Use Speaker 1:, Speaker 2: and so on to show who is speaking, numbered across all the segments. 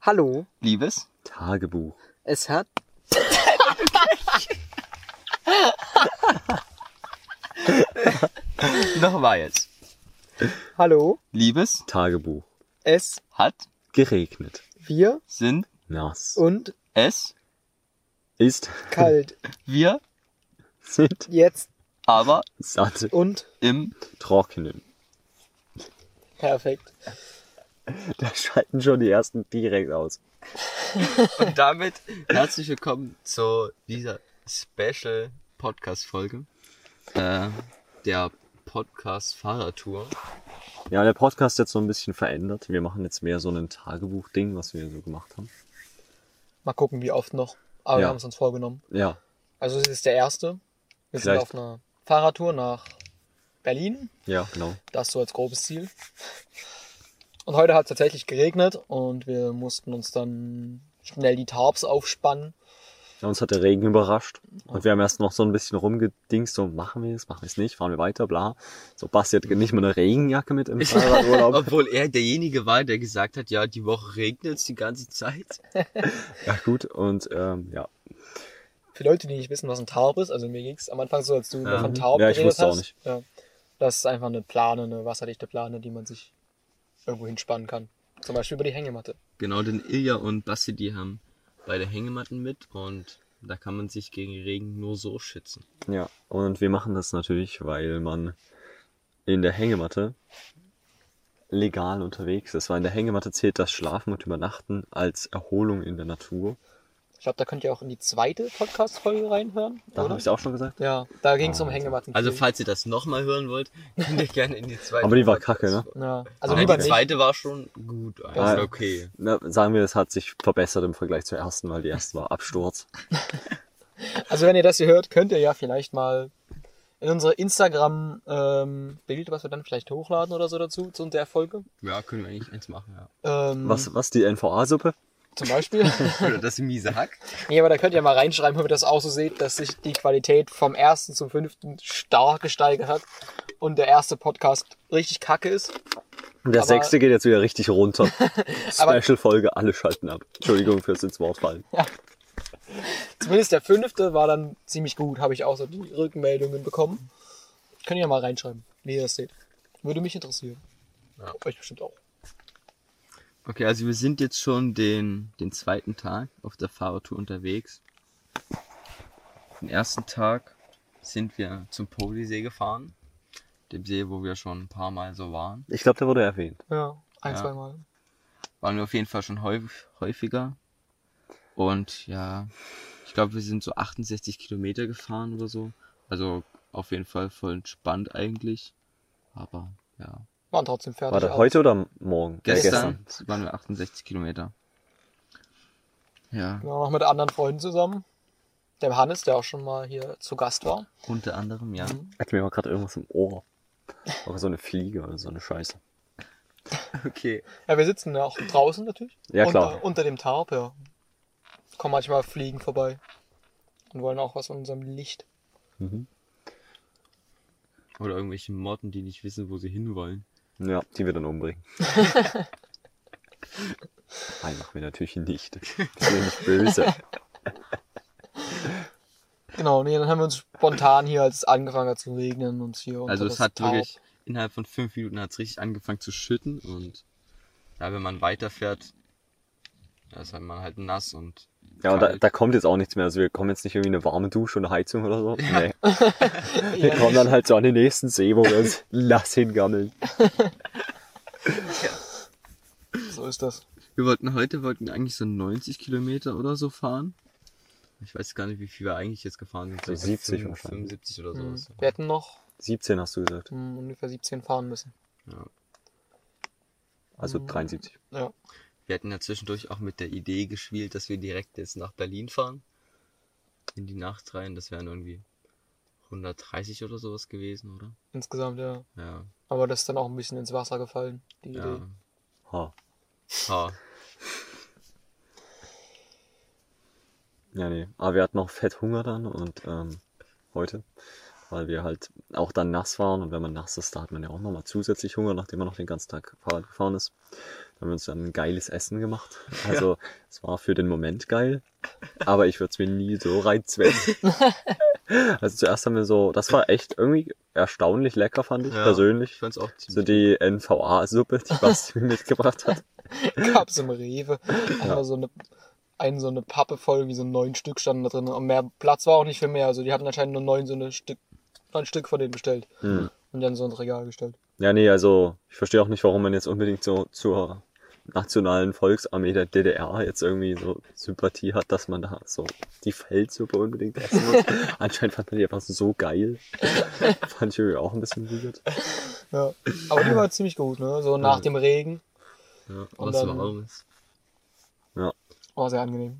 Speaker 1: Hallo,
Speaker 2: Liebes?
Speaker 3: Tagebuch.
Speaker 1: es hat.
Speaker 2: Nochmal jetzt.
Speaker 1: Hallo,
Speaker 2: Liebes?
Speaker 3: Tagebuch.
Speaker 1: es,
Speaker 2: Hat?
Speaker 3: Geregnet.
Speaker 1: wir
Speaker 2: Sind?
Speaker 3: Nass.
Speaker 1: und
Speaker 2: Es?
Speaker 3: Ist.
Speaker 1: kalt.
Speaker 2: Wir?
Speaker 3: Sind.
Speaker 1: Jetzt
Speaker 2: Aber?
Speaker 3: Satt.
Speaker 1: und
Speaker 2: Im?
Speaker 3: Trockenen.
Speaker 1: perfekt.
Speaker 3: Da schalten schon die ersten direkt aus.
Speaker 2: Und damit herzlich willkommen zu dieser Special Podcast-Folge. Äh, der Podcast Fahrradtour.
Speaker 3: Ja, der Podcast ist jetzt so ein bisschen verändert. Wir machen jetzt mehr so ein Tagebuch-Ding, was wir so gemacht haben.
Speaker 1: Mal gucken, wie oft noch. Aber wir
Speaker 3: Ja.
Speaker 1: haben es uns vorgenommen.
Speaker 3: Ja,
Speaker 1: Also es ist der erste. Wir sind
Speaker 3: Vielleicht-
Speaker 1: auf einer Fahrradtour nach Berlin.
Speaker 3: ja, genau.
Speaker 1: Das so als grobes Ziel. Und heute hat es tatsächlich geregnet und wir mussten uns dann schnell die Tarps aufspannen.
Speaker 3: Ja, uns hat der Regen überrascht. Und wir haben erst noch so ein bisschen rumgedingst, so machen wir es, machen wir es nicht, fahren wir weiter, bla. So, Basti hat nicht mal eine Regenjacke mit im Fahrradurlaub.
Speaker 2: Obwohl er derjenige war, der gesagt hat, ja, die Woche regnet es die ganze Zeit.
Speaker 3: ja, gut, und ähm, ja.
Speaker 1: Für Leute, die nicht wissen, was ein Tarp ist, also mir ging es am Anfang so, als du
Speaker 2: Ja.
Speaker 1: von Tarp
Speaker 3: Mhm. Ja, ich
Speaker 1: geredet
Speaker 3: wusste auch
Speaker 1: hast.
Speaker 3: nicht.
Speaker 1: Ja. Das ist einfach eine Plane, eine wasserdichte Plane, die man sich irgendwo hinspannen kann. Zum Beispiel über die Hängematte.
Speaker 2: Genau, denn Ilja und Basti, die haben beide Hängematten mit und da kann man sich gegen Regen nur so schützen.
Speaker 3: Ja, und wir machen das natürlich, weil man in der Hängematte legal unterwegs ist. Weil in der Hängematte zählt das Schlafen und Übernachten als Erholung in der Natur.
Speaker 1: Ich glaube, da könnt ihr auch in die zweite Podcast-Folge reinhören,
Speaker 3: Da
Speaker 1: oder?
Speaker 3: habe ich auch schon gesagt.
Speaker 1: Ja, da ging es um
Speaker 3: Ah,
Speaker 1: Hängematten.
Speaker 2: Also falls ihr das nochmal hören wollt, könnt ihr gerne in die zweite.
Speaker 3: Aber die war kacke, ne?
Speaker 1: ja. also
Speaker 2: Also
Speaker 1: lieber
Speaker 2: die
Speaker 1: nicht.
Speaker 2: zweite war schon gut. Also
Speaker 3: Ja.
Speaker 2: okay.
Speaker 3: Na, sagen wir, es hat sich verbessert im Vergleich zur ersten, weil die erste war Absturz.
Speaker 1: Also wenn ihr das hier hört, könnt ihr ja vielleicht mal in unsere Instagram-Bild, was wir dann vielleicht hochladen oder so dazu, zu der Folge.
Speaker 2: Ja, können wir eigentlich eins machen, ja.
Speaker 1: Ähm,
Speaker 3: Was, was, die NVA-Suppe?
Speaker 1: Zum Beispiel.
Speaker 2: Oder das miese Hack.
Speaker 1: nee, aber da könnt ihr mal reinschreiben, ob ihr das auch so seht, dass sich die Qualität vom ersten zum fünften stark gesteigert hat und der erste Podcast richtig kacke ist.
Speaker 3: Der
Speaker 1: Aber-
Speaker 3: sechste geht jetzt wieder richtig runter.
Speaker 1: Aber-
Speaker 3: Special-Folge, alle schalten ab. Entschuldigung fürs ins Wort fallen.
Speaker 1: Zumindest der fünfte war dann ziemlich gut, habe ich auch so die Rückmeldungen bekommen. Könnt ihr mal reinschreiben, wie ihr das seht. Würde mich interessieren.
Speaker 2: Ja.
Speaker 1: Euch bestimmt auch.
Speaker 2: Okay, also wir sind jetzt schon den, den zweiten Tag auf der Fahrradtour unterwegs. Den ersten Tag sind wir zum Polisee gefahren. Dem See, wo wir schon ein paar Mal so waren.
Speaker 3: Ich glaube, der wurde erwähnt.
Speaker 1: Ja, ein,
Speaker 2: Ja.
Speaker 1: zwei Mal.
Speaker 2: waren wir auf jeden Fall schon häufig, häufiger. Und ja, ich glaube, wir sind so 68 Kilometer gefahren oder so. Also auf jeden Fall voll entspannt eigentlich. Aber ja.
Speaker 1: Waren trotzdem fertig.
Speaker 3: War das
Speaker 1: aus.
Speaker 3: heute oder morgen? Äh, Ja,
Speaker 2: Gestern, waren wir 68 Kilometer. Ja,
Speaker 1: Genau, noch mit anderen Freunden zusammen. Dem Hannes, der auch schon mal hier zu Gast war.
Speaker 2: unter anderem, ja.
Speaker 3: Hat mir aber gerade irgendwas im Ohr. Aber so eine Fliege oder so eine Scheiße.
Speaker 2: Okay.
Speaker 1: Ja, wir sitzen ja auch draußen natürlich.
Speaker 3: Ja,
Speaker 1: unter,
Speaker 3: klar.
Speaker 1: Unter dem Tarp, ja. Kommen manchmal Fliegen vorbei. Und wollen auch was von unserem Licht.
Speaker 3: Mhm.
Speaker 2: Oder irgendwelche Motten, die nicht wissen, wo sie hinwollen.
Speaker 3: Ja, die wir dann umbringen. Nein, machen wir natürlich nicht. Das ist nicht böse.
Speaker 1: Genau, nee, dann haben wir uns spontan hier, als es angefangen hat zu regnen, uns hier unter
Speaker 2: Also es
Speaker 1: das
Speaker 2: hat
Speaker 1: Tarp.
Speaker 2: wirklich innerhalb von fünf Minuten hat's richtig angefangen zu schütten und ja, wenn man weiterfährt, da ist halt man halt nass und
Speaker 3: Ja, und da,
Speaker 2: kalt.
Speaker 3: da kommt jetzt auch nichts mehr. Also wir kommen jetzt nicht irgendwie eine warme Dusche und eine Heizung oder so. Nee. Wir
Speaker 1: Ja,
Speaker 3: kommen dann halt so an den nächsten See, wo wir uns lass hingammeln.
Speaker 1: so ist das.
Speaker 2: Wir wollten heute wollten wir eigentlich so 90 Kilometer oder so fahren. Ich weiß gar nicht, wie viel wir eigentlich jetzt gefahren sind.
Speaker 3: So
Speaker 2: Vielleicht
Speaker 3: 70
Speaker 2: fünf-
Speaker 3: wahrscheinlich.
Speaker 2: 75 oder
Speaker 1: Mhm.
Speaker 2: so.
Speaker 1: Wir hätten noch
Speaker 3: 17 hast du gesagt.
Speaker 1: hm, ungefähr 17 fahren müssen.
Speaker 2: Ja.
Speaker 3: Also
Speaker 1: Mhm.
Speaker 3: 73.
Speaker 1: Ja.
Speaker 2: Wir hatten ja zwischendurch auch mit der Idee gespielt, dass wir direkt jetzt nach Berlin fahren. In die Nacht rein. Das wären irgendwie 130 oder sowas gewesen, oder?
Speaker 1: Insgesamt, ja.
Speaker 2: Ja.
Speaker 1: Aber das ist dann auch ein bisschen ins Wasser gefallen, die Idee.
Speaker 2: ja.
Speaker 3: Ha.
Speaker 2: Ha.
Speaker 3: Ja, nee. Aber wir hatten auch fett Hunger dann und ähm, heute. Weil wir halt auch dann nass waren und wenn man nass ist, da hat man ja auch nochmal zusätzlich Hunger, nachdem man noch den ganzen Tag Fahrrad gefahren ist. haben wir uns dann ein geiles Essen gemacht. Also es war für den Moment geil, aber ich würde es mir nie so reinzwängen. also zuerst haben wir so, das war echt irgendwie erstaunlich lecker, fand ich
Speaker 2: Ja. Ich
Speaker 3: persönlich.
Speaker 2: fand's auch
Speaker 3: So
Speaker 2: ziemlich.
Speaker 3: die NVA-Suppe, die Basti mitgebracht hat.
Speaker 1: Gab's im Rewe. Einmal so eine, ein, so eine Pappe voll, wie so neun Stück standen da drin. Und mehr Platz war auch nicht für mehr. Also die hatten anscheinend nur neun so eine Stück, neun Stück von denen bestellt.
Speaker 3: Hm.
Speaker 1: Und dann so ins Regal gestellt.
Speaker 3: Ja, nee, also ich verstehe auch nicht, warum man jetzt unbedingt so zur nationalen Volksarmee der DDR jetzt irgendwie so Sympathie hat, dass man da so die Feldsuppe unbedingt essen muss. Anscheinend fand man die einfach so geil. fand ich irgendwie auch ein bisschen weird.
Speaker 1: Ja. Aber die war ziemlich gut, ne? So nach dem Regen.
Speaker 2: Ja,
Speaker 1: Und
Speaker 2: was
Speaker 1: dann-
Speaker 2: warmes.
Speaker 1: War sehr angenehm.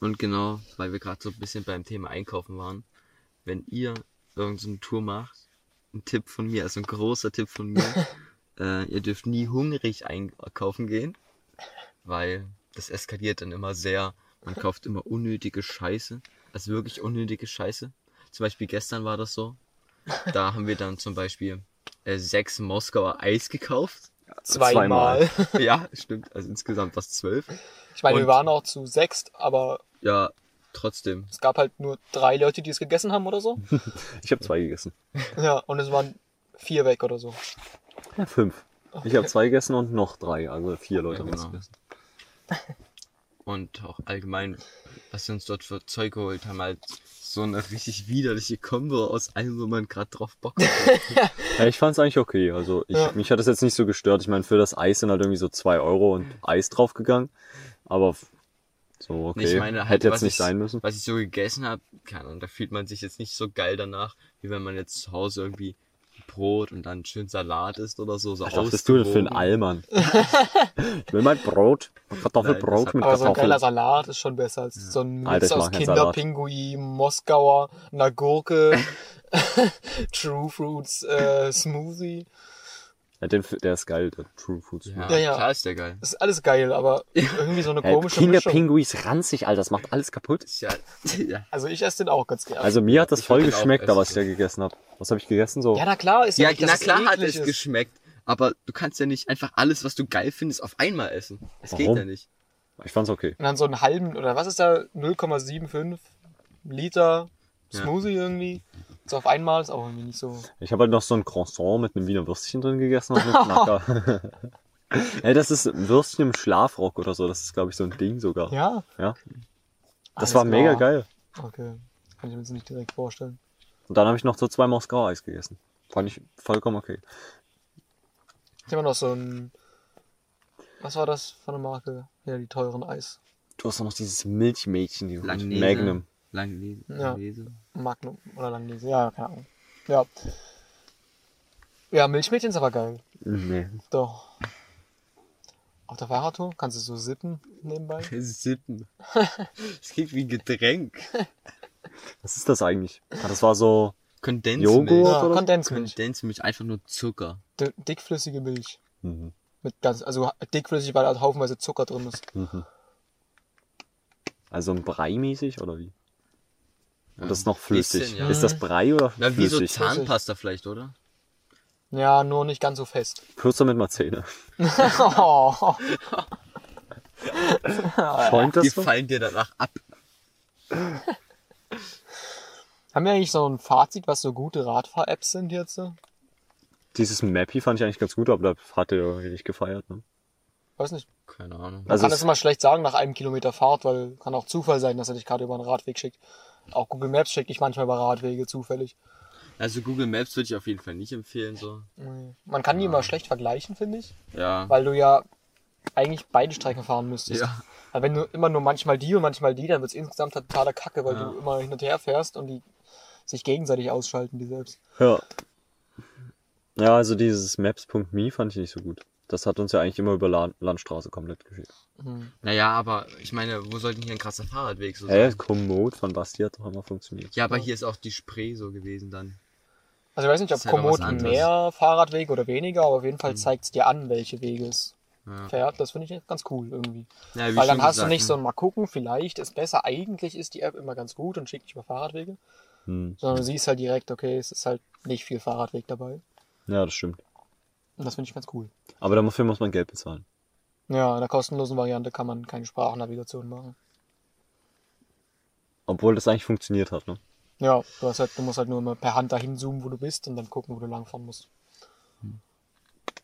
Speaker 2: Und genau, weil wir gerade so ein bisschen beim Thema Einkaufen waren, wenn ihr irgendeine Tour macht, ein Tipp von mir, also ein großer Tipp von mir, äh, ihr dürft nie hungrig einkaufen gehen, weil das eskaliert dann immer sehr. Man kauft immer unnötige Scheiße, also wirklich unnötige Scheiße. Zum Beispiel gestern war das so. Da haben wir dann zum Beispiel äh, sechs Moskauer Eis gekauft.
Speaker 1: Zweimal.
Speaker 2: Ja, stimmt. Also insgesamt was zwölf.
Speaker 1: Ich meine, wir
Speaker 2: Und-
Speaker 1: waren auch zu sechst, aber
Speaker 2: Ja, trotzdem.
Speaker 1: es gab halt nur drei Leute, die es gegessen haben oder so.
Speaker 3: Ich habe zwei gegessen.
Speaker 1: Ja, und es waren vier weg oder so.
Speaker 3: Ja, fünf. Ich habe zwei gegessen und noch drei, also vier Leute haben
Speaker 2: Ja,
Speaker 3: es
Speaker 2: genau.
Speaker 3: gegessen.
Speaker 2: Und auch allgemein, was wir uns dort für Zeug geholt haben, halt so eine richtig widerliche Kombo aus allem, wo man gerade drauf Bock hat.
Speaker 3: Ja, ich fand es eigentlich okay. Also ich,
Speaker 1: Ja.
Speaker 3: mich hat es jetzt nicht so gestört. Ich meine, für das Eis sind halt irgendwie so zwei Euro und Eis draufgegangen. Aber f- so okay.
Speaker 2: Und Ich meine, halt,
Speaker 3: Hätte
Speaker 2: was
Speaker 3: jetzt nicht
Speaker 2: ich,
Speaker 3: sein müssen.
Speaker 2: Was ich so gegessen habe, keine Ahnung, da fühlt man sich jetzt nicht so geil danach, wie wenn man jetzt zu Hause irgendwie Brot und dann schön Salat isst oder so. so
Speaker 3: Was dachtest du denn für ein
Speaker 2: ausgewogen.
Speaker 3: Allmann? ich will mein Brot.
Speaker 2: Nein, das
Speaker 3: Kartoffelbrot
Speaker 2: hat-
Speaker 3: mit
Speaker 1: Aber so ein
Speaker 3: Kartoffeln.
Speaker 1: geiler Salat ist schon besser als so ein Mix
Speaker 3: Alter, ich
Speaker 1: aus
Speaker 3: mag keinen Salat.
Speaker 1: Kinderpinguin, Moskauer, einer Gurke, True Fruits äh, Smoothie.
Speaker 3: ja, den, der ist geil, der True Foods.
Speaker 2: Ja,
Speaker 1: Ja, ja.
Speaker 2: klar ist der geil.
Speaker 1: Ist alles geil, aber irgendwie so eine
Speaker 3: Hey,
Speaker 1: komische Mischung.
Speaker 3: Kinderpinguis ranzig, Alter, das macht alles kaputt.
Speaker 2: Ist ja, ja.
Speaker 1: Also ich esse den auch ganz gerne.
Speaker 3: Also mir hat das
Speaker 2: Ich
Speaker 3: voll
Speaker 2: würd den auch
Speaker 3: geschmeckt, da was ich
Speaker 2: essen.
Speaker 3: da gegessen hab. Was habe ich gegessen? So
Speaker 1: ja, na klar ist ja,
Speaker 2: Ja,
Speaker 1: nicht, dass
Speaker 2: na klar hat
Speaker 1: eklig
Speaker 2: es
Speaker 1: ist.
Speaker 2: geschmeckt, aber du kannst ja nicht einfach alles, was du geil findest, auf einmal essen. Es geht
Speaker 3: Warum?
Speaker 2: ja nicht.
Speaker 3: Ich fand's okay.
Speaker 1: Und dann so einen halben, oder was ist da, 0,75 Liter
Speaker 2: Ja.
Speaker 1: Smoothie irgendwie. So auf einmal ist auch irgendwie nicht so.
Speaker 3: Ich habe halt noch so ein Croissant mit einem Wiener Würstchen drin gegessen und einem Knacker. Ey, das ist ein Würstchen im Schlafrock oder so. Das ist, glaube ich, so ein Ding sogar. Oh, Ja.
Speaker 1: Ja,
Speaker 3: Das
Speaker 1: Alles
Speaker 3: war mega
Speaker 1: klar.
Speaker 3: geil.
Speaker 1: okay. Kann ich mir jetzt nicht direkt vorstellen.
Speaker 3: Und dann habe ich noch so zwei Moskauer Eis gegessen. Fand ich vollkommen okay.
Speaker 1: Ich habe noch so ein. Was war das für eine Marke? Ja, die teuren Eis.
Speaker 3: Du hast doch noch dieses Milchmädchen, die
Speaker 2: Langnese.
Speaker 3: Magnum.
Speaker 2: Langnese.
Speaker 1: Ja.
Speaker 2: Langnese.
Speaker 1: Magnum oder Langnese. Ja, keine Ahnung. Ja. Ja, Milchmädchen ist aber geil.
Speaker 3: Nee.
Speaker 1: Doch. Auf der Fahrradtour kannst du so sippen nebenbei.
Speaker 2: Sippen. Es klingt wie ein Getränk.
Speaker 3: Was ist das eigentlich? Ah, das war so.
Speaker 2: Kondensmilch.
Speaker 3: Joghurt?
Speaker 1: Ja,
Speaker 3: oder?
Speaker 1: Kondensmilch.
Speaker 2: Kondensmilch, einfach nur Zucker.
Speaker 1: D dickflüssige Milch.
Speaker 3: Mhm.
Speaker 1: Mit ganz, also dickflüssig, weil da haufenweise Zucker drin ist.
Speaker 3: Mhm. Also ein Brei mäßig oder wie? Und das ist noch flüssig.
Speaker 2: Bisschen, ja.
Speaker 3: Ist das Brei oder
Speaker 2: Na, wie so
Speaker 3: flüssig?
Speaker 2: Zahnpasta vielleicht, oder?
Speaker 1: Ja, nur nicht ganz so fest.
Speaker 3: Kürzer mit Marzähne.
Speaker 1: Oh,
Speaker 3: Schäumt
Speaker 2: Ah,
Speaker 3: das
Speaker 2: Die
Speaker 3: so?
Speaker 2: fallen dir danach ab.
Speaker 1: haben wir eigentlich so ein Fazit, was so gute Radfahr-Apps sind jetzt? so?
Speaker 3: Dieses Mappy fand ich eigentlich ganz gut, aber da hat er irgendwie nicht gefeiert. Ne?
Speaker 1: Weiß nicht.
Speaker 2: Keine Ahnung.
Speaker 1: Man
Speaker 3: Also
Speaker 1: kann
Speaker 3: es-
Speaker 1: das immer schlecht sagen nach einem Kilometer Fahrt, weil kann auch Zufall sein, dass er dich gerade über einen Radweg schickt. Auch Google Maps schickt dich manchmal über Radwege zufällig.
Speaker 2: Also Google Maps würde ich auf jeden Fall nicht empfehlen, so.
Speaker 1: Man kann die immer schlecht vergleichen, finde ich,
Speaker 2: Ja.
Speaker 1: weil du ja eigentlich beide Strecken fahren müsstest.
Speaker 2: Ja.
Speaker 1: Aber wenn du immer nur manchmal die und manchmal die, dann wird es insgesamt halt totaler Kacke, weil
Speaker 2: Ja.
Speaker 1: du immer hin und her fährst und die sich gegenseitig ausschalten, die selbst.
Speaker 3: Ja. Ja, also dieses Maps.me fand ich nicht so gut. Das hat uns ja eigentlich immer über La Landstraße komplett geschickt.
Speaker 2: Naja, aber ich meine, wo sollten hier ein krasser Fahrradweg so
Speaker 3: Äh,
Speaker 2: sein?
Speaker 3: Komoot von Basti hat doch immer funktioniert.
Speaker 2: Ja, aber hier ist auch die Spree so gewesen dann.
Speaker 1: Also ich weiß nicht, ob
Speaker 2: Ist halt auch
Speaker 1: Komoot
Speaker 2: was anderes. Mhm.
Speaker 1: mehr Fahrradwege oder weniger, aber auf jeden Fall zeigt es dir an, welche Wege es
Speaker 2: Ja.
Speaker 1: fährt. Das finde ich ganz cool irgendwie.
Speaker 2: Ja, wie
Speaker 1: Weil
Speaker 2: schon
Speaker 1: dann hast
Speaker 2: gesagt,
Speaker 1: du nicht
Speaker 2: ne?
Speaker 1: so ein Mal gucken, vielleicht ist besser. Eigentlich ist die App immer ganz gut und schickt dich über Fahrradwege.
Speaker 3: Hm.
Speaker 1: Sondern du siehst halt direkt, okay, es ist halt nicht viel Fahrradweg dabei.
Speaker 3: Ja, das stimmt.
Speaker 1: Und das finde ich ganz cool.
Speaker 3: Aber dafür muss man Geld bezahlen.
Speaker 1: Ja, in der kostenlosen Variante kann man keine Sprachnavigation machen.
Speaker 3: Obwohl das eigentlich funktioniert hat, ne?
Speaker 1: Ja, du, hast halt, du musst halt nur immer per Hand dahin zoomen, wo du bist und dann gucken, wo du langfahren musst.
Speaker 2: Hm.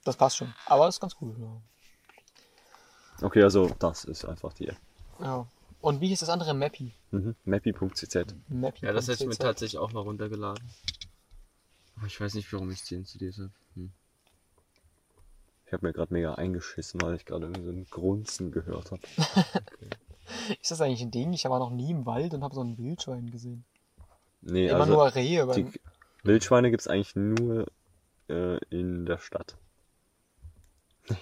Speaker 1: Das passt schon. Aber ist ganz cool. Ja.
Speaker 3: Okay, also das ist einfach die App.
Speaker 1: ja. Und wie ist das andere Mappy?
Speaker 3: Mhm. Mappy.cz.
Speaker 1: Mappy
Speaker 2: Ja, das hätte ich mir
Speaker 1: CZ.
Speaker 2: tatsächlich auch mal runtergeladen. Aber ich weiß nicht, warum ich die installiert habe. Hm.
Speaker 3: Ich habe mir gerade mega eingeschissen, weil ich gerade irgendwie so ein Grunzen gehört habe.
Speaker 1: Ist das eigentlich ein Ding? Ich war noch nie im Wald und habe so einen Wildschwein gesehen.
Speaker 3: Nee,
Speaker 1: Immer
Speaker 3: also
Speaker 1: nur Rehe.
Speaker 3: die
Speaker 1: Beim,
Speaker 3: K- Wildschweine gibt's eigentlich nur äh, in der Stadt.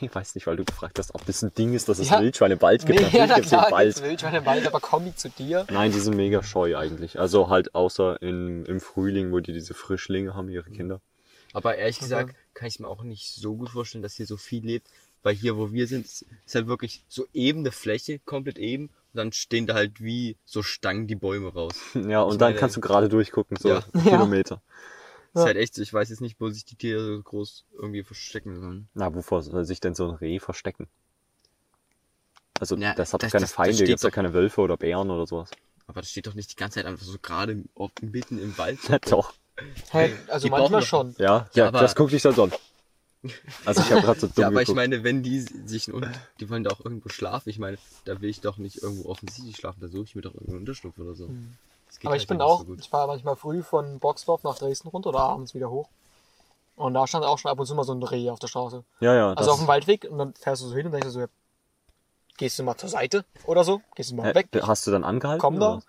Speaker 3: Nee, weiß nicht, weil du gefragt hast, ob das ein Ding ist, dass es
Speaker 1: Ja.
Speaker 3: Wildschweine im Wald gibt.
Speaker 1: nee, ja,
Speaker 3: Natürlich
Speaker 1: na
Speaker 3: gibt's
Speaker 1: klar,
Speaker 3: im
Speaker 1: gibt's
Speaker 3: Wald.
Speaker 1: Wildschweine im Wald, aber komm ich zu dir.
Speaker 3: Nein, die sind mega scheu eigentlich. Also halt außer in, im Frühling, wo die diese Frischlinge haben, ihre Kinder.
Speaker 2: Aber ehrlich gesagt
Speaker 1: Okay.
Speaker 2: kann ich mir auch nicht so gut vorstellen, dass hier so viel lebt, weil hier, wo wir sind, ist ist halt wirklich so eben eine Fläche, komplett eben. Und dann stehen da halt wie so Stangen die Bäume raus.
Speaker 3: Ja, und
Speaker 2: Ich
Speaker 3: dann
Speaker 2: meine-
Speaker 3: kannst du gerade durchgucken, so
Speaker 2: Ja.
Speaker 3: Kilometer.
Speaker 1: Ja.
Speaker 2: Ist halt echt so, ich weiß jetzt nicht, wo sich die Tiere so groß irgendwie verstecken sollen.
Speaker 3: Na, wovor soll sich denn so ein Reh verstecken? Also,
Speaker 2: Ja,
Speaker 3: das hat
Speaker 2: das-
Speaker 3: keine
Speaker 2: das- das
Speaker 3: Feinde,
Speaker 2: steht
Speaker 3: gibt's ja
Speaker 2: doch-
Speaker 3: keine Wölfe oder Bären oder sowas.
Speaker 2: Aber das steht doch nicht die ganze Zeit einfach so gerade im- auf- mitten im Wald.
Speaker 3: Ja, doch.
Speaker 1: Hey, also
Speaker 2: Die brauchen
Speaker 1: manchmal
Speaker 2: doch-
Speaker 1: schon.
Speaker 3: Ja, ja,
Speaker 2: aber-
Speaker 3: das guckt dich dann so an. Also ich habe gerade so dumm
Speaker 2: Ja, aber ich
Speaker 3: geguckt.
Speaker 2: meine, wenn die sich und die wollen da auch irgendwo schlafen, ich meine, da will ich doch nicht irgendwo offensichtlich schlafen, da suche ich mir doch irgendeinen Unterschlupf oder so.
Speaker 1: Hm.
Speaker 2: Das geht
Speaker 1: Aber
Speaker 2: halt
Speaker 1: ich bin
Speaker 2: nicht
Speaker 1: auch,
Speaker 2: so gut.
Speaker 1: ich fahre manchmal früh von Boxdorf nach Dresden runter oder abends wieder hoch. Und da stand auch schon ab und zu mal so ein Reh auf der Straße.
Speaker 3: ja, ja,
Speaker 1: Also auf dem Waldweg und dann fährst du so hin und denkst dir so, ja, gehst du mal zur Seite oder so? Gehst du mal weg?
Speaker 3: Äh, hast du dann angehalten?
Speaker 1: Komm da.
Speaker 3: oder?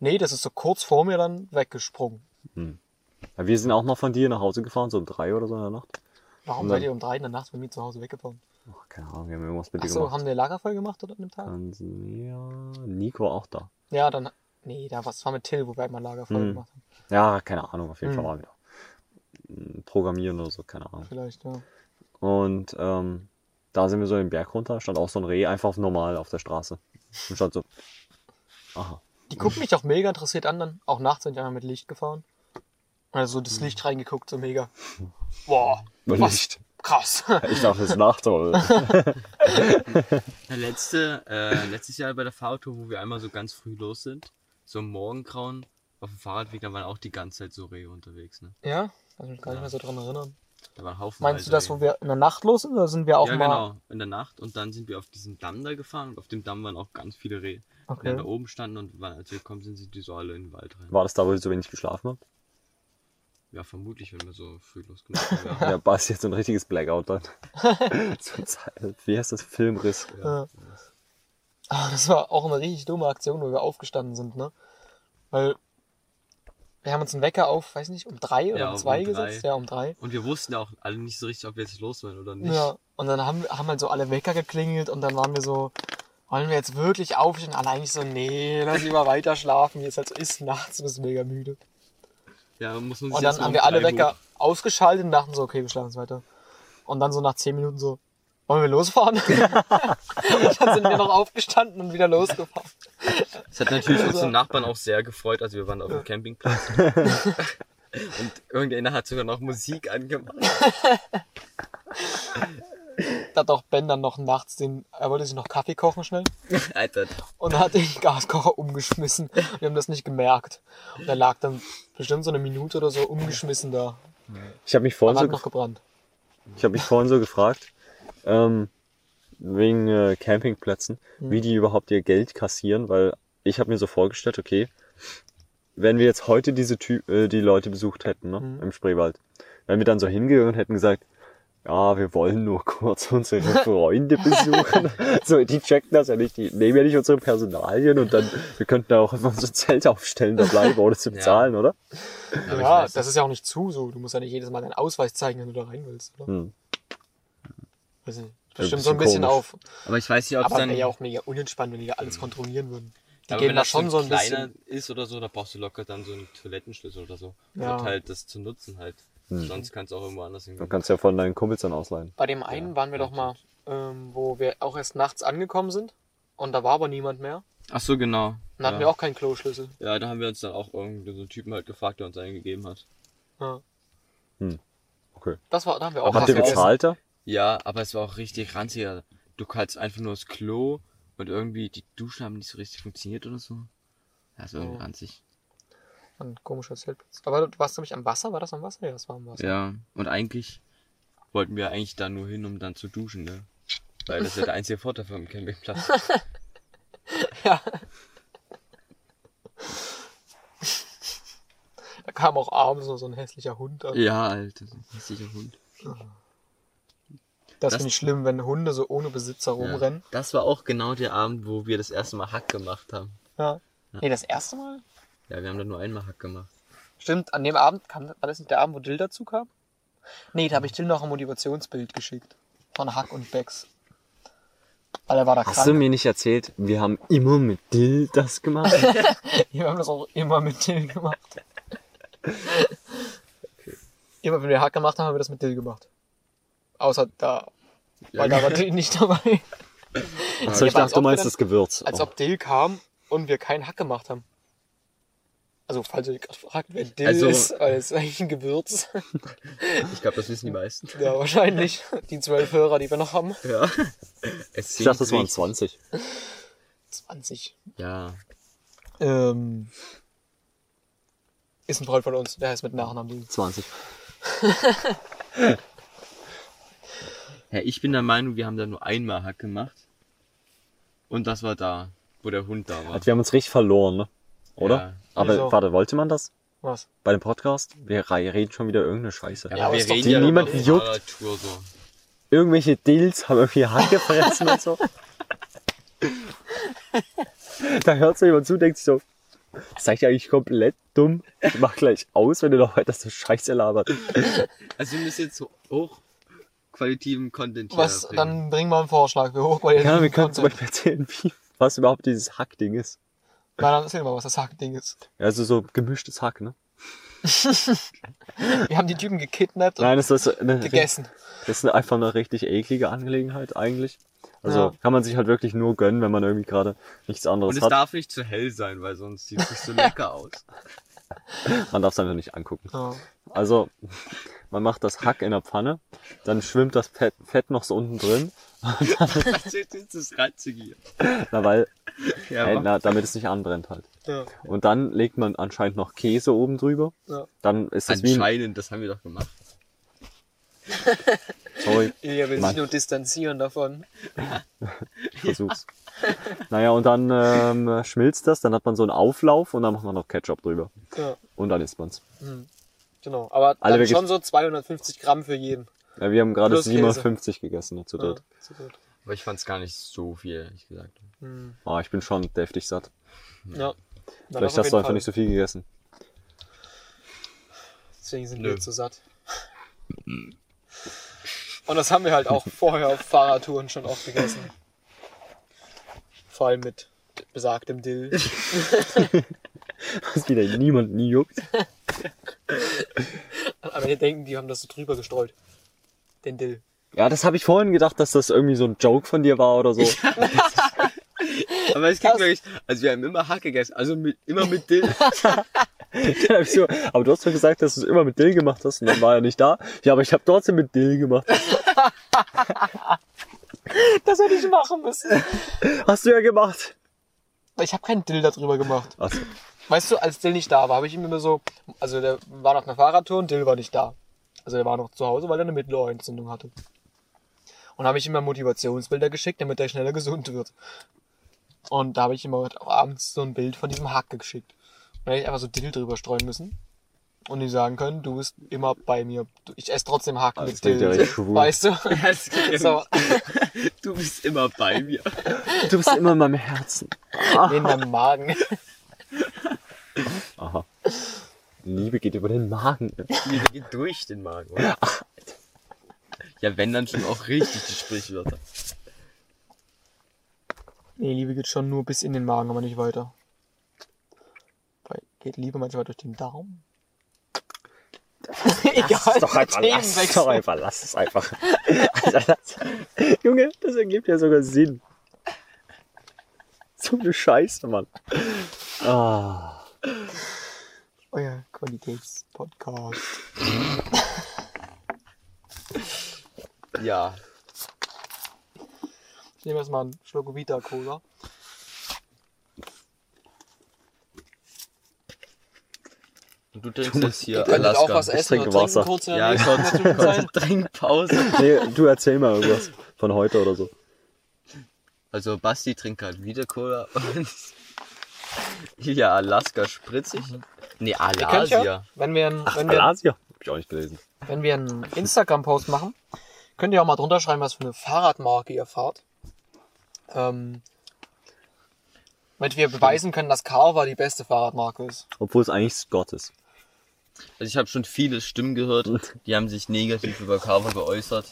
Speaker 1: Nee, das ist so kurz vor mir dann weggesprungen.
Speaker 3: Ja, wir sind auch noch von dir nach Hause gefahren, so um drei oder so in der Nacht.
Speaker 1: Warum
Speaker 3: Nein.
Speaker 1: seid ihr um drei in der Nacht bei mir zu Hause weggefahren?
Speaker 3: Ach, keine Ahnung, wir haben irgendwas mit dir
Speaker 1: Achso,
Speaker 3: gemacht.
Speaker 1: haben wir Lagerfeuer gemacht oder an dem Tag?
Speaker 3: Tansania. Nico war auch da.
Speaker 1: Ja, dann. Nee, da was war mit Till, wo wir einmal Lagerfeuer
Speaker 3: Hm.
Speaker 1: gemacht haben.
Speaker 3: Ja, keine Ahnung, auf jeden
Speaker 1: Hm.
Speaker 3: Fall mal wieder. Mm, Programmieren oder so, keine Ahnung.
Speaker 1: Vielleicht, ja.
Speaker 3: Und ähm, da sind wir so den Berg runter, stand auch so ein Reh einfach normal auf der Straße. Und stand so. Aha.
Speaker 1: Die gucken mich auch mega interessiert an, dann auch nachts sind die einmal mit Licht gefahren. Also so das Licht reingeguckt, so mega. Boah, was?
Speaker 3: Licht.
Speaker 1: Krass.
Speaker 3: Ich dachte, es ist Nacht, aber
Speaker 2: Der letzte, äh, letztes Jahr bei der Fahrradtour, wo wir einmal so ganz früh los sind, so im Morgengrauen auf dem Fahrradweg, da waren auch die ganze Zeit so Rehe unterwegs. Ne?
Speaker 1: Ja? Kann ich mich gar nicht mehr so dran erinnern.
Speaker 2: Da waren Haufen.
Speaker 1: Meinst du das, wo wir in der Nacht los sind, oder sind wir auch
Speaker 2: also ja,
Speaker 1: mal.
Speaker 2: genau, in der Nacht. Und dann sind wir auf diesen Damm da gefahren und auf dem Damm waren auch ganz viele Rehe. Die dann da
Speaker 1: Okay.
Speaker 2: oben standen und waren, als wir gekommen sind, sind die so alle in den Wald rein.
Speaker 3: war das da, wo ich so wenig geschlafen habe?
Speaker 2: Ja, vermutlich, wenn wir so früh losgenommen wären.
Speaker 3: Ja, Basti hat so ein richtiges Blackout dann. so ein, Zeit- wie heißt das? Filmriss.
Speaker 1: Ja. Aber Äh. Ah, das war auch eine richtig dumme Aktion, wo wir aufgestanden sind, ne? Weil wir haben uns einen Wecker auf, weiß nicht, um drei oder
Speaker 2: Ja,
Speaker 1: um
Speaker 2: um
Speaker 1: zwei
Speaker 2: drei.
Speaker 1: gesetzt, ja, um drei.
Speaker 2: Und wir wussten auch alle nicht so richtig, ob wir jetzt los wollen oder nicht.
Speaker 1: Ja, und dann haben, haben halt so alle Wecker geklingelt und dann waren wir so, wollen wir jetzt wirklich aufstehen? Alle eigentlich so, nee, lass lieber weiter schlafen, wie es halt so ist, nachts bist du mega müde.
Speaker 2: Ja, muss man sich
Speaker 1: Und dann
Speaker 2: jetzt mal
Speaker 1: haben
Speaker 2: um
Speaker 1: wir alle
Speaker 2: drei Uhr-
Speaker 1: Wecker ausgeschaltet und dachten so, okay, wir schlafen jetzt weiter. Und dann so nach zehn Minuten so, wollen wir losfahren? und dann sind wir noch aufgestanden und wieder losgefahren.
Speaker 2: Es hat natürlich unsere Nachbarn auch sehr gefreut, also wir waren auf dem Campingplatz. Und irgendeiner hat sogar noch Musik angemacht.
Speaker 1: Da hat auch Ben dann noch nachts den, er wollte sich noch Kaffee kochen schnell
Speaker 2: Alter,
Speaker 1: und dann hat den Gaskocher umgeschmissen. Wir haben das nicht gemerkt. Und er lag dann bestimmt so eine Minute oder so umgeschmissen da.
Speaker 3: Ich habe mich
Speaker 1: Und
Speaker 3: vorhin so
Speaker 1: hat noch gebrannt.
Speaker 3: Ich habe mich vorhin so gefragt, ähm, wegen äh, Campingplätzen, wie die überhaupt ihr Geld kassieren, weil ich habe mir so vorgestellt, okay, wenn wir jetzt heute diese Ty äh, die Leute besucht hätten, ne, im Spreewald, wenn wir dann so hingegangen und hätten gesagt, ja, wir wollen nur kurz unsere Freunde besuchen. so, die checken das ja nicht, die nehmen ja nicht unsere Personalien und dann, wir könnten da auch einfach unser Zelt aufstellen, da bleiben, ohne zu
Speaker 2: Ja.
Speaker 3: bezahlen, oder?
Speaker 2: Aber ich
Speaker 1: ja,
Speaker 2: weiß
Speaker 1: das ist ja auch nicht zu so. Du musst ja nicht jedes Mal deinen Ausweis zeigen, wenn du da rein willst, oder?
Speaker 3: Hm.
Speaker 1: Weiß nicht.
Speaker 3: ein
Speaker 1: Bestimmt so ein bisschen
Speaker 3: bisschen komisch.
Speaker 1: auf.
Speaker 2: aber ich weiß nicht, ob es
Speaker 1: Aber
Speaker 2: dann.
Speaker 1: wäre ja auch mega unentspannt, wenn die da alles kontrollieren würden. Die
Speaker 2: aber
Speaker 1: geben
Speaker 2: wenn
Speaker 1: da
Speaker 2: das
Speaker 1: schon so ein
Speaker 2: kleiner
Speaker 1: bisschen.
Speaker 2: ist oder so, da brauchst du locker dann so einen Toilettenschlüssel oder so.
Speaker 1: Ja.
Speaker 2: Und halt das zu nutzen halt. Sonst kannst du auch irgendwo anders
Speaker 3: Du
Speaker 2: hingehen.
Speaker 3: kannst ja von deinen Kumpels dann ausleihen.
Speaker 1: Bei dem einen waren wir doch mal, ähm, wo wir auch erst nachts angekommen sind und da war aber niemand mehr.
Speaker 2: Ach so, genau.
Speaker 1: Und da hatten wir auch keinen Kloschlüssel.
Speaker 2: ja, da haben wir uns dann auch irgendeinen so einen Typen halt gefragt, der uns einen gegeben hat.
Speaker 1: Ja.
Speaker 3: Okay.
Speaker 1: Das war, da haben wir auch
Speaker 3: Habt ihr
Speaker 1: was gegessen.
Speaker 3: bezahlt da?
Speaker 2: Ja, aber es war auch richtig ranzig. Also, Du kannst einfach nur das Klo und irgendwie die Duschen haben nicht so richtig funktioniert oder so. Ja, so irgendwie
Speaker 1: Oh.
Speaker 2: ranzig.
Speaker 1: Ein komischer Zeltplatz. Aber du warst nämlich am Wasser? War das am Wasser? Ja, das war am Wasser.
Speaker 2: Ja, und eigentlich wollten wir eigentlich da nur hin, um dann zu duschen, ne? Weil das ist ja der einzige Vorteil vom Campingplatz.
Speaker 1: Da kam auch abends noch so ein hässlicher Hund an.
Speaker 2: ja, Alter, so ein hässlicher Hund.
Speaker 1: Das,
Speaker 2: das-
Speaker 1: finde ich schlimm, wenn Hunde so ohne Besitzer rumrennen.
Speaker 2: Ja. Das war auch genau der Abend, wo wir das erste Mal Hack gemacht haben.
Speaker 1: Ja. Nee, das erste Mal?
Speaker 2: Ja, wir haben da nur einmal Hack gemacht.
Speaker 1: Stimmt, an dem Abend kam, war das nicht der Abend, wo Dill dazu kam? Nee, da habe ich Dill noch ein Motivationsbild geschickt. Von Hack und Becks. Weil er war da
Speaker 3: Hast du
Speaker 1: krank.
Speaker 3: mir nicht erzählt, wir haben immer mit Dill das gemacht?
Speaker 1: Wir haben das auch immer mit Dill gemacht. Immer wenn wir Hack gemacht haben, haben wir das mit Dill gemacht. Außer da. Weil da war Dill nicht dabei.
Speaker 3: so,
Speaker 1: aber
Speaker 3: ich
Speaker 1: als
Speaker 3: dachte, du
Speaker 1: ob wir
Speaker 3: meinst
Speaker 1: dann-
Speaker 3: das Gewürz.
Speaker 1: Als
Speaker 3: Oh.
Speaker 1: ob Dill kam und wir keinen Hack gemacht haben. Also, falls ihr gerade fragt, wer Dill
Speaker 2: Also-
Speaker 1: ist, weil es ist eigentlich ein Gewürz.
Speaker 2: Ich glaube, das wissen die meisten.
Speaker 1: Ja, wahrscheinlich. Die zwölf Hörer, die wir noch haben.
Speaker 2: Ja. Es
Speaker 3: Oh. ich dachte, das
Speaker 2: singt
Speaker 3: waren
Speaker 2: nicht.
Speaker 3: 20.
Speaker 1: 20.
Speaker 2: Ja.
Speaker 1: Ähm, ist ein Freund von uns, der heißt mit Nachnamen Dill.
Speaker 3: 20.
Speaker 2: ja. Ich bin der Meinung, wir haben da nur einmal Hack gemacht. Und das war da, wo der Hund da war.
Speaker 3: Also, wir haben uns richtig verloren, ne? Oder?
Speaker 2: Ja.
Speaker 3: Aber
Speaker 1: Wieso?
Speaker 3: warte, wollte man das?
Speaker 1: Was?
Speaker 3: Bei dem Podcast? Wir rei- reden schon wieder irgendeine Scheiße.
Speaker 1: Ja, aber ist doch
Speaker 3: die niemanden
Speaker 2: über
Speaker 3: juckt.
Speaker 2: Fahrradtour so.
Speaker 3: Irgendwelche Dills haben irgendwie Hand gefressen und so. da hört so jemand zu, denkt sich so, das seid ihr eigentlich komplett dumm. Ich mach gleich aus, wenn du noch weiter so Scheiße labert.
Speaker 2: Also wir müssen jetzt so hochqualitativen Content hier
Speaker 1: Was?
Speaker 2: bringen.
Speaker 1: Dann bring mal einen Vorschlag. Wir hoch bei
Speaker 3: Ja, wir können zum Beispiel erzählen, wie, was überhaupt dieses Hackding ist.
Speaker 1: Na, dann erzähl mal, was das Hackding ist.
Speaker 3: Also so gemischtes Hack, ne?
Speaker 1: Wir haben die Typen gekidnappt und
Speaker 3: Nein, das ist, eine,
Speaker 1: gegessen.
Speaker 3: das ist einfach eine richtig eklige Angelegenheit eigentlich. Also
Speaker 1: Ja.
Speaker 3: kann man sich halt wirklich nur gönnen, wenn man irgendwie gerade nichts anderes
Speaker 2: Und es
Speaker 3: hat.
Speaker 2: darf nicht zu hell sein, weil sonst sieht es nicht so lecker aus.
Speaker 3: Man darf es einfach nicht angucken.
Speaker 1: Ja.
Speaker 3: Also, man macht das Hack in der Pfanne, dann schwimmt das Fett, Fett noch so unten drin,
Speaker 2: Das ist jetzt das Ranzige hier.
Speaker 3: na, weil,
Speaker 2: Ja,
Speaker 3: äh,
Speaker 2: aber-
Speaker 3: na, damit es nicht anbrennt halt.
Speaker 1: Ja.
Speaker 3: Und dann legt man anscheinend noch Käse oben drüber.
Speaker 1: Ja.
Speaker 3: Dann ist das wie ein,
Speaker 2: Anscheinend, das haben wir doch gemacht.
Speaker 3: sorry,
Speaker 1: Ilja will
Speaker 3: Mann.
Speaker 1: sich nur distanzieren davon.
Speaker 3: ich versuch's. Naja, und dann ähm, schmilzt das, dann hat man so einen Auflauf und dann macht man noch Ketchup drüber.
Speaker 1: Ja,
Speaker 3: Und dann isst man's.
Speaker 1: genau. Aber
Speaker 3: Alle
Speaker 1: dann
Speaker 3: wirklich-
Speaker 1: schon so 250 Gramm für jeden.
Speaker 3: Ja, wir haben gerade
Speaker 1: Plus Käse.
Speaker 3: 57 gegessen ne, zu
Speaker 1: Ja,
Speaker 3: dritt.
Speaker 1: zu dritt.
Speaker 2: Aber ich fand es gar nicht so viel, ehrlich gesagt.
Speaker 1: Hm.
Speaker 3: Ah, ich bin schon deftig satt.
Speaker 1: ja. Na,
Speaker 3: Hm. Vielleicht
Speaker 1: das auf
Speaker 3: hast
Speaker 1: jeden
Speaker 3: du einfach
Speaker 1: Fall.
Speaker 3: nicht so viel gegessen.
Speaker 1: Deswegen sind
Speaker 2: Nö.
Speaker 1: wir zu satt. Und das haben wir halt auch vorher auf Fahrradtouren schon oft gegessen. Vor allem mit besagtem Dill.
Speaker 3: Was wieder niemand nie juckt.
Speaker 1: Aber wir denken, die haben das so drüber gestreut. Den Dill.
Speaker 3: Ja, das habe ich vorhin gedacht, dass das irgendwie so ein Joke von dir war oder so.
Speaker 2: Aber es ging wirklich, also wir haben immer Hack gegessen, also mit, immer mit Dill.
Speaker 3: Dann hab ich so, aber du hast doch gesagt, dass du es immer mit Dill gemacht hast und dann war er nicht da. Ja, aber ich habe trotzdem mit Dill gemacht.
Speaker 1: Das hätte ich machen müssen.
Speaker 3: Hast du ja gemacht.
Speaker 1: Ich habe keinen Dill darüber gemacht.
Speaker 3: Also,
Speaker 1: Weißt du, als Dill nicht da war, habe ich ihm immer so. Also der war noch einer Fahrradtour und Dill war nicht da. Also der war noch zu Hause, weil er eine Mittelohrentzündung hatte. Und habe ich ihm immer Motivationsbilder geschickt, damit er schneller gesund wird. Und da habe ich ihm heute auch abends so ein Bild von diesem Hack geschickt. Und da hätte ich einfach so Dill drüber streuen müssen. Und die sagen können, du bist immer bei mir. Du- Ich esse trotzdem Hack
Speaker 3: Ah, das
Speaker 1: mit
Speaker 3: klingt
Speaker 1: Dill.
Speaker 3: ja richtig schwul.
Speaker 1: weißt du?
Speaker 2: Das ging
Speaker 1: So.
Speaker 2: nicht. Du bist immer bei mir.
Speaker 3: du bist immer in meinem Herzen.
Speaker 1: Nee, in meinem Magen.
Speaker 3: Aha. Liebe geht über den Magen.
Speaker 2: Mir geht durch den Magen, oder? Ja, wenn dann schon auch richtig die Sprichwörter.
Speaker 1: Nee, Liebe geht schon nur bis in den Magen, aber nicht weiter. Weil geht Liebe manchmal durch den Darm? Egal,
Speaker 3: lass es doch einfach, lass es einfach. Also, lass, Junge, das ergibt ja sogar Sinn. So eine Scheiße, Mann. Ah,
Speaker 1: Euer Qualitätspodcast.
Speaker 2: Ja.
Speaker 1: Ich nehme erstmal einen Schluck Vita-Cola.
Speaker 2: Und du trinkst jetzt hier
Speaker 1: Ihr könntet auch was
Speaker 2: Alaska.
Speaker 1: essen
Speaker 3: trinke
Speaker 1: oder
Speaker 3: Wasser.
Speaker 1: trinken kurz in der
Speaker 2: Ja,
Speaker 1: nächsten- in der
Speaker 2: kurz, kurz
Speaker 1: Zwischenzeit.
Speaker 2: Trinkpause.
Speaker 3: Nee, du erzähl mal irgendwas von heute oder so.
Speaker 2: Also Basti trinkt gerade wieder Cola und ja, Alaska spritzig. Nee,
Speaker 1: Ihr könnt ja,
Speaker 2: Alasia.
Speaker 1: wenn wir, ein- wenn wir,
Speaker 3: Alasia? Hab ich auch nicht gelesen.
Speaker 1: wenn wir einen Instagram-Post machen, könnt ihr auch mal drunter schreiben, was für eine Fahrradmarke ihr fahrt. Ähm, damit wir beweisen können, dass Carver die beste Fahrradmarke ist.
Speaker 3: Obwohl es eigentlich Scott ist.
Speaker 2: Also ich habe schon viele Stimmen gehört, die haben sich negativ über Carver geäußert.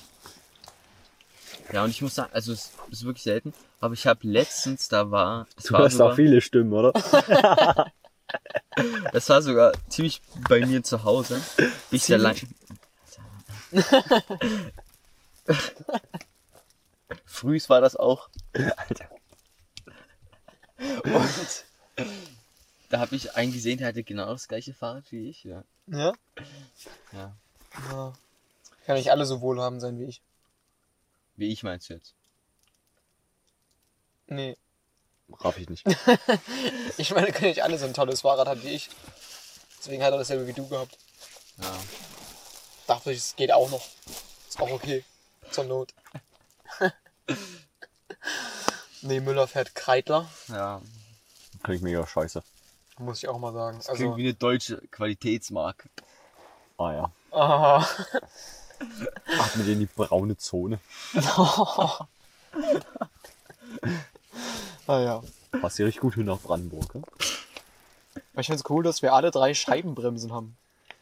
Speaker 2: Ja, und ich muss sagen, also es ist wirklich selten, aber ich habe letztens, da war, es
Speaker 3: Du
Speaker 2: war,
Speaker 3: hast auch
Speaker 2: sogar,
Speaker 3: viele Stimmen, oder?
Speaker 2: es war sogar ziemlich bei mir zu Hause. Bin ich da lang. Frühs war das auch.
Speaker 3: Alter.
Speaker 2: Und da habe ich einen gesehen, der hatte genau das gleiche Fahrrad wie ich. Ja.
Speaker 1: Ja?
Speaker 2: ja.
Speaker 1: ja. Kann nicht alle so wohlhabend sein wie ich.
Speaker 2: Wie ich meinst du jetzt?
Speaker 1: Nee.
Speaker 3: Raff ich nicht.
Speaker 1: Ich meine, können nicht alle so ein tolles Fahrrad haben wie ich. Deswegen hat er dasselbe wie du gehabt.
Speaker 2: Ja.
Speaker 1: Dachte ich, es geht auch noch. Ist auch okay. Zur Not. nee, Müller fährt Kreidler.
Speaker 2: ja.
Speaker 3: Klingt mega scheiße.
Speaker 1: Muss ich auch mal sagen.
Speaker 2: Klingt
Speaker 1: Also,
Speaker 2: wie eine deutsche Qualitätsmarke.
Speaker 3: Ah ja.
Speaker 1: aha.
Speaker 3: Atmet ihr in die braune Zone.
Speaker 1: Naja.
Speaker 3: Passt hier richtig gut hin nach Brandenburg, ne?
Speaker 1: Aber ich find's cool, dass wir alle drei Scheibenbremsen haben.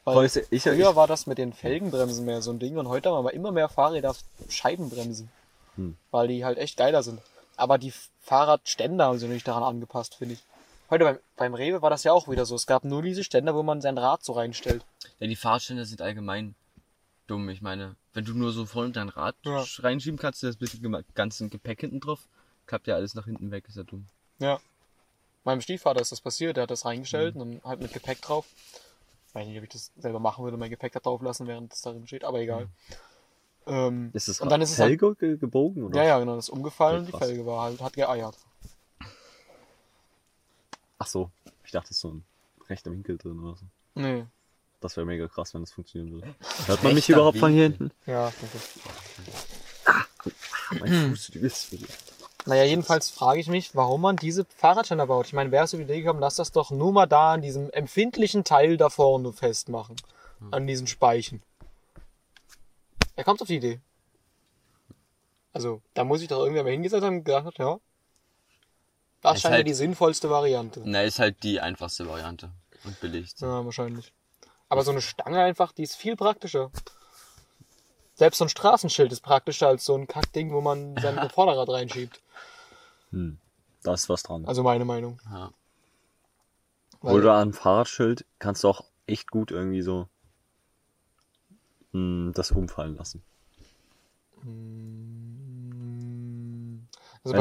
Speaker 2: Oh.
Speaker 1: Weil
Speaker 3: Weißt du, ich, ich,
Speaker 1: früher war das mit den Felgenbremsen mehr so ein Ding und heute haben wir aber immer mehr Fahrräder Scheibenbremsen.
Speaker 3: Hm.
Speaker 1: Weil die halt echt geiler sind. Aber die Fahrradständer haben sie nicht daran angepasst, finde ich. Heute beim, beim Rewe war das ja auch wieder so. Es gab nur diese Ständer, wo man sein Rad so reinstellt.
Speaker 2: Ja, die Fahrstände sind allgemein dumm. Ich meine, wenn du nur so vorne dein Rad
Speaker 1: Ja.
Speaker 2: sch- reinschieben kannst, du das mit dem ganzen Gepäck hinten drauf, klappt ja alles nach hinten weg, ist ja dumm.
Speaker 1: Ja. Meinem Stiefvater ist das passiert, der hat das reingestellt
Speaker 3: Hm.
Speaker 1: und dann halt mit Gepäck drauf. Ich weiß nicht, ob ich das selber machen würde, mein Gepäck da drauf lassen, während das darin steht, aber egal. Ähm,
Speaker 3: Hm. ist das
Speaker 1: und dann ist es halt,
Speaker 3: Felge ge- gebogen, oder?
Speaker 1: ja, ja, genau, das ist umgefallen und die
Speaker 3: Krass.
Speaker 1: Felge war halt, hat geeiert.
Speaker 3: Ach so. Ich dachte, es ist so ein rechter Winkel drin oder so.
Speaker 1: Nee.
Speaker 3: Das wäre mega krass, wenn das funktionieren würde. Hört man mich
Speaker 2: Rechter
Speaker 3: überhaupt von hier
Speaker 2: Winkel.
Speaker 3: hinten?
Speaker 1: Ja, ich denke.
Speaker 3: Mein Fuß, du bist wieder.
Speaker 1: Naja, jedenfalls frage ich mich, warum man diese Fahrradständer baut. Ich meine, wer ist auf die Idee gekommen, lass das doch nur mal da an diesem empfindlichen Teil da vorne festmachen.
Speaker 2: Hm.
Speaker 1: An diesen Speichen. Er kommt auf die Idee. Also, da muss ich doch irgendwer mal hingesetzt haben und gesagt hat, ja. Das
Speaker 2: Ist
Speaker 1: scheint mir
Speaker 2: halt-
Speaker 1: die sinnvollste Variante.
Speaker 2: Na, ist halt die einfachste Variante und billigste.
Speaker 1: Ja, wahrscheinlich. Aber so eine Stange einfach, die ist viel praktischer. Selbst so ein Straßenschild ist praktischer als so ein Kackding, wo man sein Vorderrad reinschiebt.
Speaker 3: Hm. Da ist was dran.
Speaker 1: Also meine Meinung.
Speaker 2: Ja.
Speaker 1: Weil-
Speaker 3: Oder an Fahrradschild kannst du auch echt gut irgendwie so hm, das umfallen lassen.
Speaker 1: Also
Speaker 3: Wenn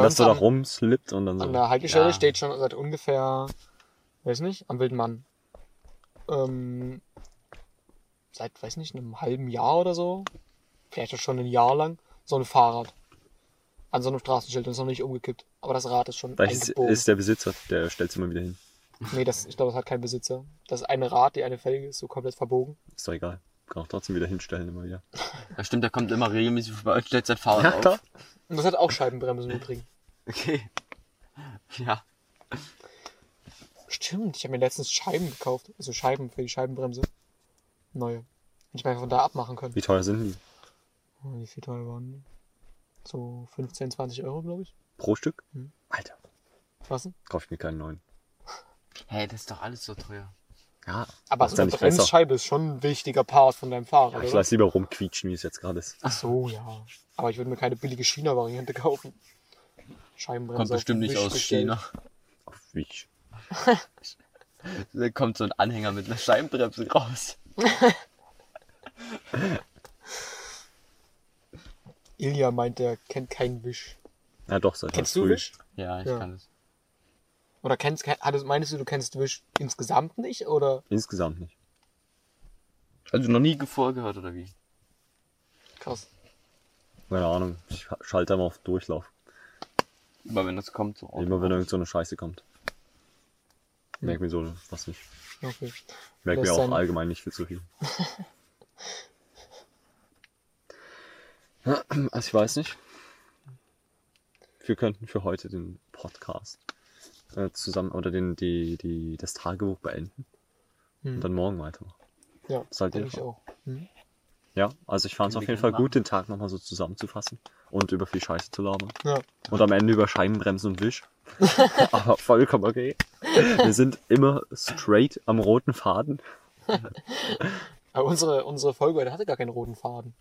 Speaker 1: Mm. bei
Speaker 3: das
Speaker 1: uns
Speaker 3: so da
Speaker 1: an,
Speaker 3: rumslippt und dann so.
Speaker 1: an der Haltestelle
Speaker 2: Ja.
Speaker 1: steht schon seit ungefähr, weiß nicht, am Wildmann. Ähm, seit, weiß nicht, einem halben Jahr oder so, vielleicht auch schon ein Jahr lang, so ein Fahrrad. An so einem Straßenschild und ist noch nicht umgekippt. Aber das Rad ist schon
Speaker 3: Vielleicht ist,
Speaker 1: eingebogen.
Speaker 3: ist der Besitzer, der stellt es immer wieder hin.
Speaker 1: nee, das, ich glaube, das hat kein Besitzer. Das eine Rad, die eine Felge ist so komplett verbogen.
Speaker 3: Ist doch egal. Kann auch trotzdem wieder hinstellen immer wieder.
Speaker 2: ja, stimmt, der kommt immer regelmäßig vorbei und stellt sein Fahrrad auf.
Speaker 1: Und das hat auch Scheibenbremsen übrigens.
Speaker 2: Okay. Ja.
Speaker 1: Stimmt, ich habe mir letztens Scheiben gekauft. Also Scheiben für die Scheibenbremse. Neue. Hätte ich mir einfach von da abmachen können.
Speaker 3: Wie teuer sind die?
Speaker 1: Oh, Wie viel teuer waren die? So 15, 20 Euro, glaube ich.
Speaker 3: Pro Stück?
Speaker 1: Hm.
Speaker 3: Alter,
Speaker 1: Was denn?
Speaker 3: kauf ich mir keinen neuen.
Speaker 2: Hey, das ist doch alles so teuer.
Speaker 3: Ja,
Speaker 1: Aber
Speaker 3: macht's
Speaker 1: so eine
Speaker 3: ja nicht besser.
Speaker 1: Bremsscheibe ist schon ein wichtiger Part von deinem Fahrrad,
Speaker 3: Ja, ich
Speaker 1: oder?
Speaker 3: lasse lieber rumquietschen, wie es jetzt gerade ist.
Speaker 1: Ach so, ja. Aber ich würde mir keine billige China-Variante kaufen. Scheibenbremse.
Speaker 2: Kommt
Speaker 1: auf
Speaker 2: bestimmt
Speaker 1: den
Speaker 2: nicht
Speaker 1: Wisch
Speaker 2: aus
Speaker 1: bestellt.
Speaker 2: China.
Speaker 3: Auf Wisch.
Speaker 2: Da kommt so ein Anhänger mit einer Scheibenbremse raus.
Speaker 1: Ilja meint, er kennt keinen Wisch.
Speaker 3: Ja, doch, seit
Speaker 1: Kennst
Speaker 3: heute
Speaker 1: du
Speaker 3: früh.
Speaker 1: Wisch?
Speaker 2: Ja, ich
Speaker 1: Ja.
Speaker 2: kann es.
Speaker 1: Oder kennst, hattest, meinst du, du kennst Wisch insgesamt nicht? Oder?
Speaker 3: Insgesamt nicht.
Speaker 2: Also noch nie vorgehört oder wie?
Speaker 1: Krass.
Speaker 3: Keine Ahnung. Ich schalte immer auf Durchlauf.
Speaker 2: Aber wenn das kommt, so auf.
Speaker 3: Immer wenn irgend so eine Scheiße kommt. Merk mir so was nicht.
Speaker 1: Okay.
Speaker 3: Merk
Speaker 1: Das
Speaker 3: mir auch
Speaker 1: dann-
Speaker 3: allgemein nicht viel zu viel. Also ich weiß nicht. Wir könnten für heute den Podcast äh, zusammen oder den, die, die, das Tagebuch beenden
Speaker 1: Hm.
Speaker 3: und dann morgen weitermachen.
Speaker 1: ja,
Speaker 3: Das halt
Speaker 1: denke
Speaker 3: Ihre
Speaker 1: ich auch. Hm?
Speaker 3: Ja, also ich fand es
Speaker 2: Können
Speaker 3: auf
Speaker 2: wir
Speaker 3: jeden Fall
Speaker 2: gerne
Speaker 3: gut, den Tag nochmal so zusammenzufassen und über viel Scheiße zu labern.
Speaker 1: Ja.
Speaker 3: Und am Ende über Scheibenbremsen und Wisch. Aber vollkommen okay. Wir sind immer straight am roten Faden.
Speaker 1: Aber unsere, unsere Folge heute hatte gar keinen roten Faden.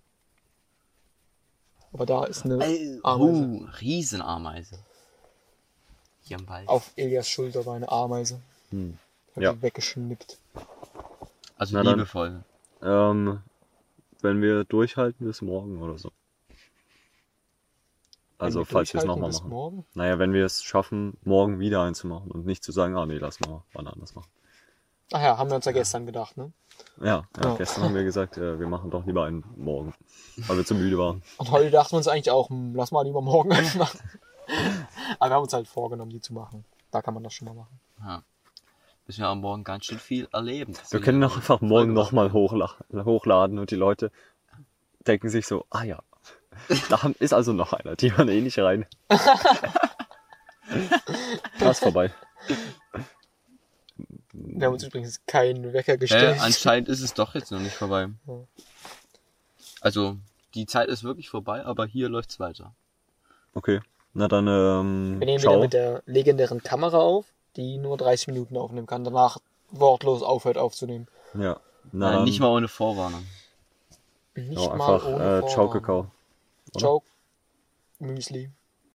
Speaker 1: Aber da ist eine
Speaker 2: Ey,
Speaker 1: Ameise.
Speaker 2: Oh, Riesenameise. Hier am Wald.
Speaker 1: Auf Elias Schulter war eine Ameise. Hat
Speaker 3: Hm. Ja.
Speaker 1: die weggeschnippt.
Speaker 2: Also
Speaker 3: Na dann.
Speaker 2: liebevoll.
Speaker 3: Ähm, wenn wir durchhalten bis morgen oder so. Also
Speaker 1: Wenn die
Speaker 3: falls wir es
Speaker 1: durchhalten
Speaker 3: nochmal
Speaker 1: bis
Speaker 3: machen.
Speaker 1: Morgen?
Speaker 3: Naja, wenn wir es schaffen, morgen wieder einzumachen und nicht zu sagen, ah nee, lass mal wann anders machen.
Speaker 1: Ach ja, haben wir uns ja gestern gedacht, ne?
Speaker 3: Ja, ja
Speaker 1: Ja.
Speaker 3: gestern haben wir gesagt, äh, wir machen doch lieber einen morgen, weil wir zu müde waren.
Speaker 1: Und heute dachten wir uns eigentlich auch, hm, lass mal lieber morgen einen machen. Aber wir haben uns halt vorgenommen, die zu machen. Da kann man das schon mal machen.
Speaker 2: Ja. Müssen wir am Morgen ganz schön viel erleben.
Speaker 3: Wir können auch einfach morgen nochmal hochladen und die Leute denken sich so, ah ja, da haben- ist also noch einer, die hören eh nicht rein. Das ist vorbei.
Speaker 1: Wir haben uns
Speaker 3: Hm.
Speaker 1: übrigens keinen Wecker
Speaker 2: Äh,
Speaker 1: gestellt.
Speaker 2: anscheinend ist es doch jetzt noch nicht vorbei.
Speaker 1: Ja.
Speaker 2: Also, die Zeit ist wirklich vorbei, aber hier läuft's weiter.
Speaker 3: Okay, na dann,
Speaker 1: wir
Speaker 3: ähm,
Speaker 1: nehmen wieder
Speaker 3: ciao.
Speaker 1: mit der legendären Kamera auf, die nur 30 Minuten aufnehmen kann. Danach wortlos aufhört aufzunehmen.
Speaker 3: Ja, na
Speaker 2: Nein,
Speaker 3: dann,
Speaker 2: nicht mal ohne Vorwarnung.
Speaker 1: Nicht
Speaker 3: ja,
Speaker 1: mal
Speaker 3: einfach,
Speaker 1: ohne
Speaker 3: äh, ciao
Speaker 1: Vorwarnung.
Speaker 3: Kakao.
Speaker 1: Ciao. Müsli.